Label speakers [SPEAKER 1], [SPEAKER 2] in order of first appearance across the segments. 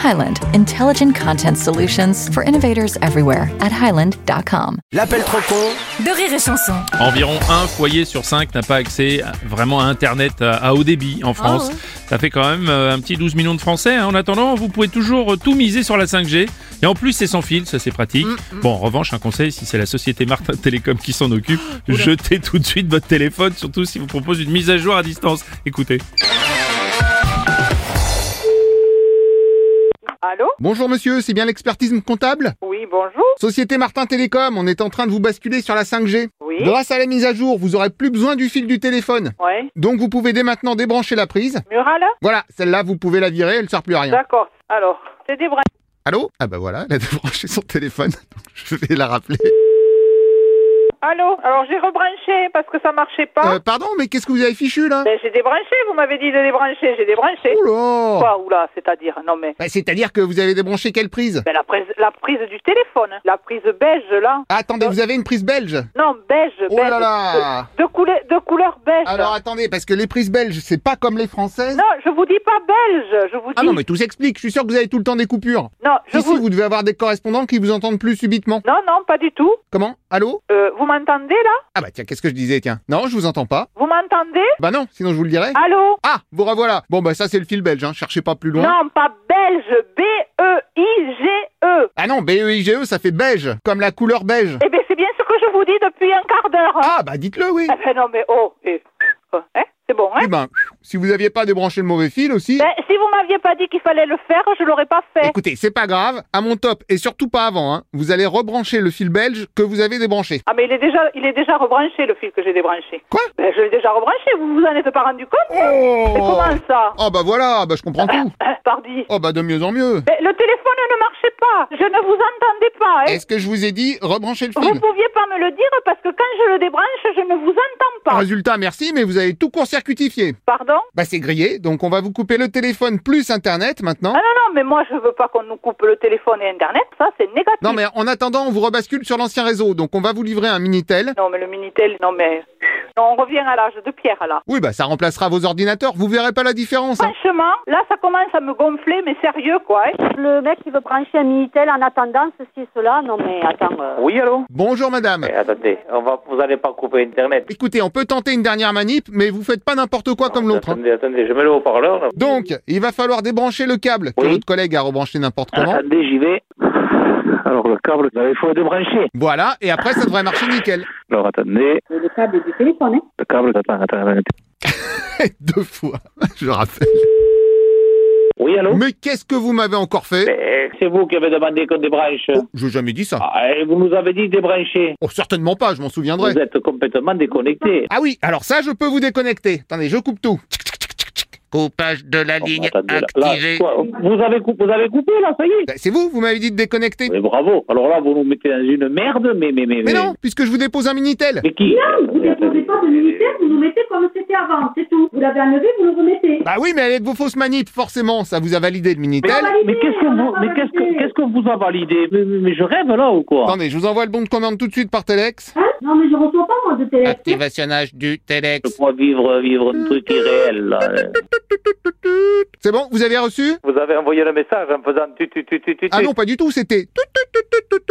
[SPEAKER 1] Highland, intelligent content solutions for innovators everywhere at highland.com.
[SPEAKER 2] L'appel trop con
[SPEAKER 3] de rire et chanson.
[SPEAKER 4] Environ un foyer sur cinq n'a pas accès à- vraiment à Internet euh, à à haut débit en France.
[SPEAKER 3] ouais.
[SPEAKER 4] Ça fait quand même euh, un petit 12 millions de Français. hein. En attendant, vous pouvez toujours euh, tout miser sur la 5G. Et en plus, c'est sans fil, ça c'est pratique. Bon, en revanche, un conseil, si c'est la société Martin Télécom qui s'en occupe, jetez tout de suite votre téléphone, surtout si vous propose une mise à jour à distance. Écoutez.
[SPEAKER 5] Allô
[SPEAKER 6] Bonjour monsieur, c'est bien l'expertisme comptable
[SPEAKER 5] Oui, bonjour.
[SPEAKER 6] Société Martin Télécom, on est en train de vous basculer sur la 5G.
[SPEAKER 5] Oui.
[SPEAKER 6] Grâce à la mise à jour, vous aurez plus besoin du fil du téléphone.
[SPEAKER 5] Ouais.
[SPEAKER 6] Donc vous pouvez dès maintenant débrancher la prise.
[SPEAKER 5] Mural hein?
[SPEAKER 6] Voilà, celle-là vous pouvez la virer, elle ne sert plus à rien.
[SPEAKER 5] D'accord. Alors, c'est des bras.
[SPEAKER 6] Allô Ah bah voilà, elle a débranché son téléphone. Donc, Je vais la rappeler.
[SPEAKER 5] Allô Alors, j'ai rebranché parce que ça marchait pas.
[SPEAKER 6] Euh, pardon, mais qu'est-ce que vous avez fichu là
[SPEAKER 5] Ben, j'ai débranché, vous m'avez dit de débrancher. J'ai débranché.
[SPEAKER 6] Oh là
[SPEAKER 5] Quoi, oula, c'est-à-dire Non, mais.
[SPEAKER 6] Bah, C'est-à-dire que vous avez débranché quelle prise
[SPEAKER 5] Ben, la, prise, la prise du téléphone, hein. la prise beige, là.
[SPEAKER 6] Ah, Attendez, vous avez une prise belge
[SPEAKER 5] Non, beige, beige.
[SPEAKER 6] Oh là là
[SPEAKER 5] De, couleur- de couleur beige.
[SPEAKER 6] Alors attendez, parce que les prises belges, c'est pas comme les françaises.
[SPEAKER 5] Non, je vous dis pas belge, je vous dis.
[SPEAKER 6] Ah non, mais tout s'explique, je suis sûr que vous avez tout le temps des coupures.
[SPEAKER 5] Non, je
[SPEAKER 6] Ici,
[SPEAKER 5] vous.
[SPEAKER 6] vous devez avoir des correspondants qui vous entendent plus subitement.
[SPEAKER 5] Non, non, pas du tout.
[SPEAKER 6] Comment Allô
[SPEAKER 5] Euh, vous m'entendez, là
[SPEAKER 6] Ah bah tiens, qu'est-ce que je disais, tiens Non, je vous entends pas.
[SPEAKER 5] Vous m'entendez
[SPEAKER 6] Bah non, sinon je vous le dirais.
[SPEAKER 5] Allô
[SPEAKER 6] Ah, vous revoilà. Bon bah ça c'est le fil belge, hein. cherchez pas plus loin.
[SPEAKER 5] Non, pas E belge, B-E-I-G-E.
[SPEAKER 6] Ah non, B-E-I-G-E, ça fait beige, comme la couleur beige.
[SPEAKER 5] Eh bien, c'est bien ce que je vous dis depuis un quart d'heure. hein.
[SPEAKER 6] Ah bah dites-le, oui.
[SPEAKER 5] Eh ben non, mais oh, eh, euh, hein, c'est bon, hein
[SPEAKER 6] Eh ben, si vous aviez pas débranché le mauvais fil aussi...
[SPEAKER 5] Ben, Si vous m'aviez pas dit qu'il fallait le faire, je l'aurais pas fait.
[SPEAKER 6] Écoutez, c'est pas grave, à mon top, et surtout pas avant, hein, vous allez rebrancher le fil belge que vous avez débranché.
[SPEAKER 5] Ah, mais il est déjà, il est déjà rebranché, le fil que j'ai débranché.
[SPEAKER 6] Quoi
[SPEAKER 5] Ben, je l'ai déjà rebranché, vous vous en êtes pas rendu compte Mais
[SPEAKER 6] Oh
[SPEAKER 5] comment ça
[SPEAKER 6] Oh bah voilà, bah je comprends tout.
[SPEAKER 5] Pardi.
[SPEAKER 6] Oh bah de mieux en mieux.
[SPEAKER 5] Ben, le téléphone ne marchait pas, je ne vous entendais pas, hein
[SPEAKER 6] Est-ce que je vous ai dit rebrancher le
[SPEAKER 5] Vous
[SPEAKER 6] fil
[SPEAKER 5] pouviez pas me le dire parce que quand je le débranche, je ne vous entends pas.
[SPEAKER 6] Résultat, merci, mais vous avez tout court-circuitifié.
[SPEAKER 5] Pardon
[SPEAKER 6] Bah c'est grillé, donc on va vous couper le téléphone plus Internet maintenant.
[SPEAKER 5] Ah non, non, mais moi je veux pas qu'on nous coupe le téléphone et Internet, ça c'est négatif.
[SPEAKER 6] Non mais en attendant, on vous rebascule sur l'ancien réseau, donc on va vous livrer un Minitel.
[SPEAKER 5] Non, mais le Minitel, non, mais. Non, on revient à l'âge de pierre, là.
[SPEAKER 6] Oui, bah ça remplacera vos ordinateurs, vous verrez pas la différence. hein.
[SPEAKER 5] Franchement, là, ça commence à me gonfler, mais sérieux, quoi. hein.
[SPEAKER 7] Le mec qui veut brancher un Minitel en attendant ceci, cela. Non mais attends. euh,
[SPEAKER 8] Oui, allô
[SPEAKER 6] Bonjour madame.
[SPEAKER 8] Eh, Attendez, on va, vous allez pas couper Internet.
[SPEAKER 6] Écoutez, on peut tenter une dernière manip, mais vous faites pas n'importe quoi comme l'autre. hein.
[SPEAKER 8] Attendez, attendez, je mets le haut-parleur. là.
[SPEAKER 6] Donc, il va falloir débrancher le câble que
[SPEAKER 8] Oui. Ah.
[SPEAKER 6] votre collègue a rebranché n'importe comment.
[SPEAKER 8] Attendez, j'y vais. Alors, le câble, il faut le débrancher.
[SPEAKER 6] Voilà, et après ça devrait marcher nickel.
[SPEAKER 8] Alors, attendez,
[SPEAKER 7] Le câble du téléphone, hein.
[SPEAKER 8] le câble, attends, attends, attends.
[SPEAKER 6] Deux fois, je rappelle.
[SPEAKER 8] Oui, allô
[SPEAKER 6] Mais qu'est-ce que vous m'avez encore fait
[SPEAKER 8] Eh, C'est vous qui avez demandé qu'on débranche.
[SPEAKER 6] Je n'ai jamais dit ça.
[SPEAKER 8] Ah, eh, vous nous avez dit débrancher.
[SPEAKER 6] Oh, certainement pas, je m'en souviendrai.
[SPEAKER 8] Vous êtes complètement déconnecté.
[SPEAKER 6] Ah oui, alors ça, je peux vous déconnecter. Attendez, je coupe tout. Coupage de la
[SPEAKER 8] Oh, attendez, là, là, quoi, vous, avez coupé, vous avez coupé, là, ça y est.
[SPEAKER 6] Bah, C'est vous, vous m'avez dit de déconnecter.
[SPEAKER 8] Mais bravo. Alors là, vous nous mettez dans une merde, mais... Mais, mais,
[SPEAKER 6] Mais non, puisque je vous dépose un Minitel.
[SPEAKER 8] Mais qui
[SPEAKER 7] Vous déposez pas de Minitel, vous nous mettez comme c'était avant, c'est tout. Vous l'avez enlevé, vous le remettez.
[SPEAKER 6] Bah oui, mais avec vos fausses manips, forcément, ça vous a validé le
[SPEAKER 8] Mais,
[SPEAKER 6] Minitel.
[SPEAKER 8] mais qu'est-ce que vous, mais qu'est-ce que, qu'est-ce que vous a validé mais, mais- mais je rêve là ou quoi
[SPEAKER 6] Attendez, je vous envoie le bon de commande tout de suite par Telex.
[SPEAKER 7] Hein non mais je reçois pas moi de téléphone.
[SPEAKER 6] Activationnage du
[SPEAKER 8] Je
[SPEAKER 6] Telex.
[SPEAKER 8] crois vivre, vivre un truc irréel. Là.
[SPEAKER 6] C'est bon, vous avez reçu
[SPEAKER 8] Vous avez envoyé le message en faisant tu tu tu tu tu.
[SPEAKER 6] Ah non, pas du tout, c'était...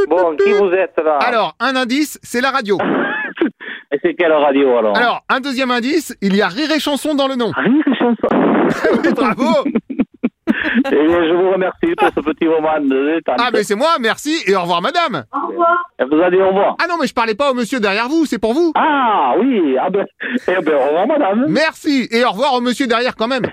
[SPEAKER 8] Bon, qui vous êtes là
[SPEAKER 6] Alors, un indice, c'est la radio.
[SPEAKER 8] Et c'est quelle radio alors
[SPEAKER 6] Alors, un deuxième indice, il y a rire et chanson dans le nom.
[SPEAKER 8] Rire et chanson.
[SPEAKER 6] Oui, bravo
[SPEAKER 8] Eh bien, je vous remercie pour ce petit moment de détente.
[SPEAKER 6] Ah, mais c'est moi, merci, et au revoir madame.
[SPEAKER 7] Au revoir.
[SPEAKER 8] Et Vous allez au revoir.
[SPEAKER 6] Ah non, mais je parlais pas au monsieur derrière vous, c'est pour vous.
[SPEAKER 8] Ah oui, ah ben, eh ben, au revoir madame.
[SPEAKER 6] Merci et au revoir au monsieur derrière quand même.